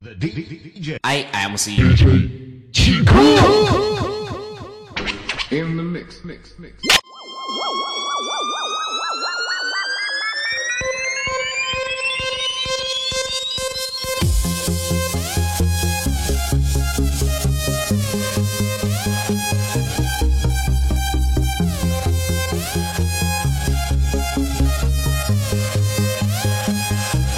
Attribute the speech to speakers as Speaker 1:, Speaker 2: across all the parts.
Speaker 1: The D- D- D- DJ.
Speaker 2: I I almost see
Speaker 3: In the mix, mix, mix.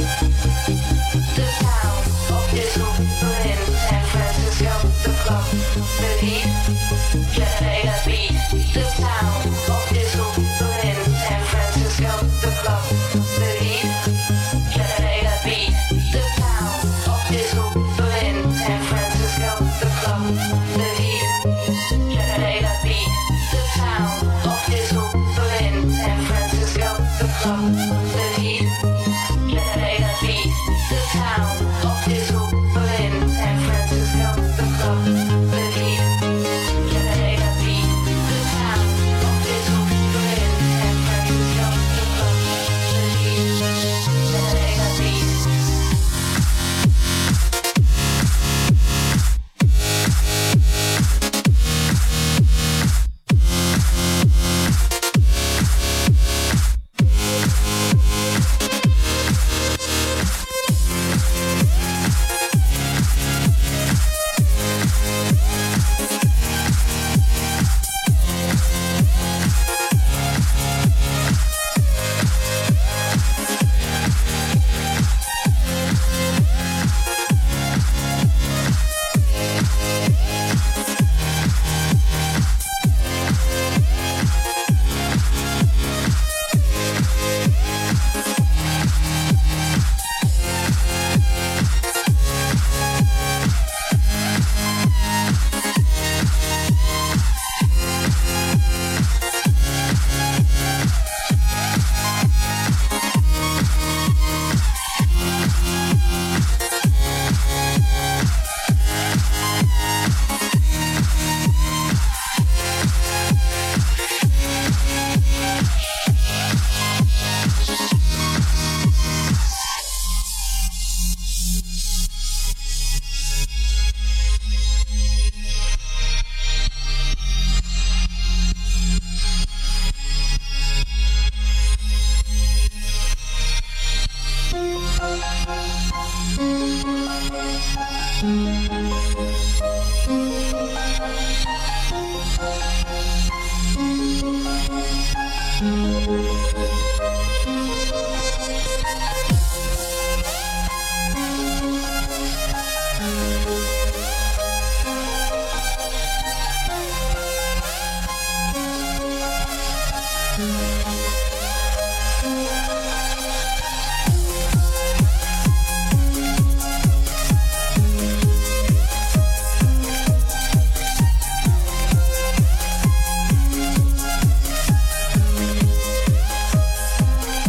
Speaker 4: The town of Little Berlin, San Francisco, the club, the lead, generate a beat. The town of Little Berlin, San Francisco, the club, the lead, generate a beat. The town of Little Berlin, San Francisco, the club, the lead, generate a beat. The town of Little Berlin, San Francisco, the club, the lead, generate a beat. The town of Little Berlin, San Francisco, the club, the lead, generate a beat. The town of Little Berlin, San Francisco, the club, the lead, generate a beat. The town of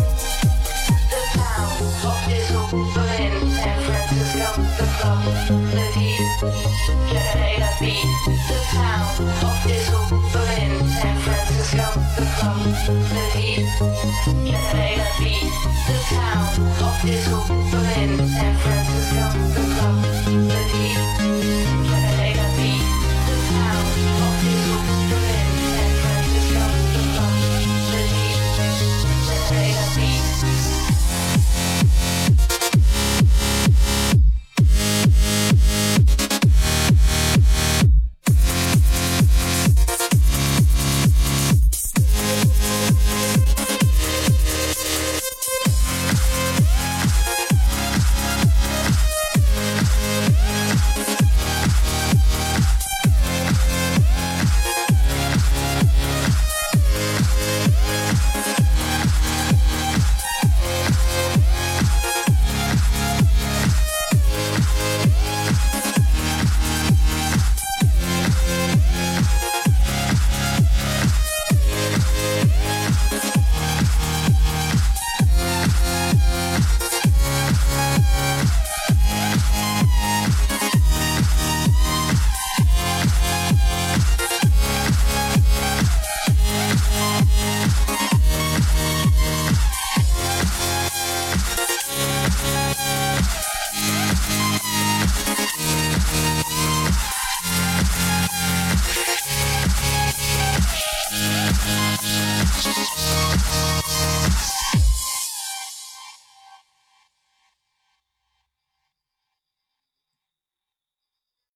Speaker 4: Little Berlin, San Francisco, the club, the lead, generate a beat. The town of Little Berlin, San Francisco, the club, the lead, generate a beat. The town of Little Berlin, San Francisco.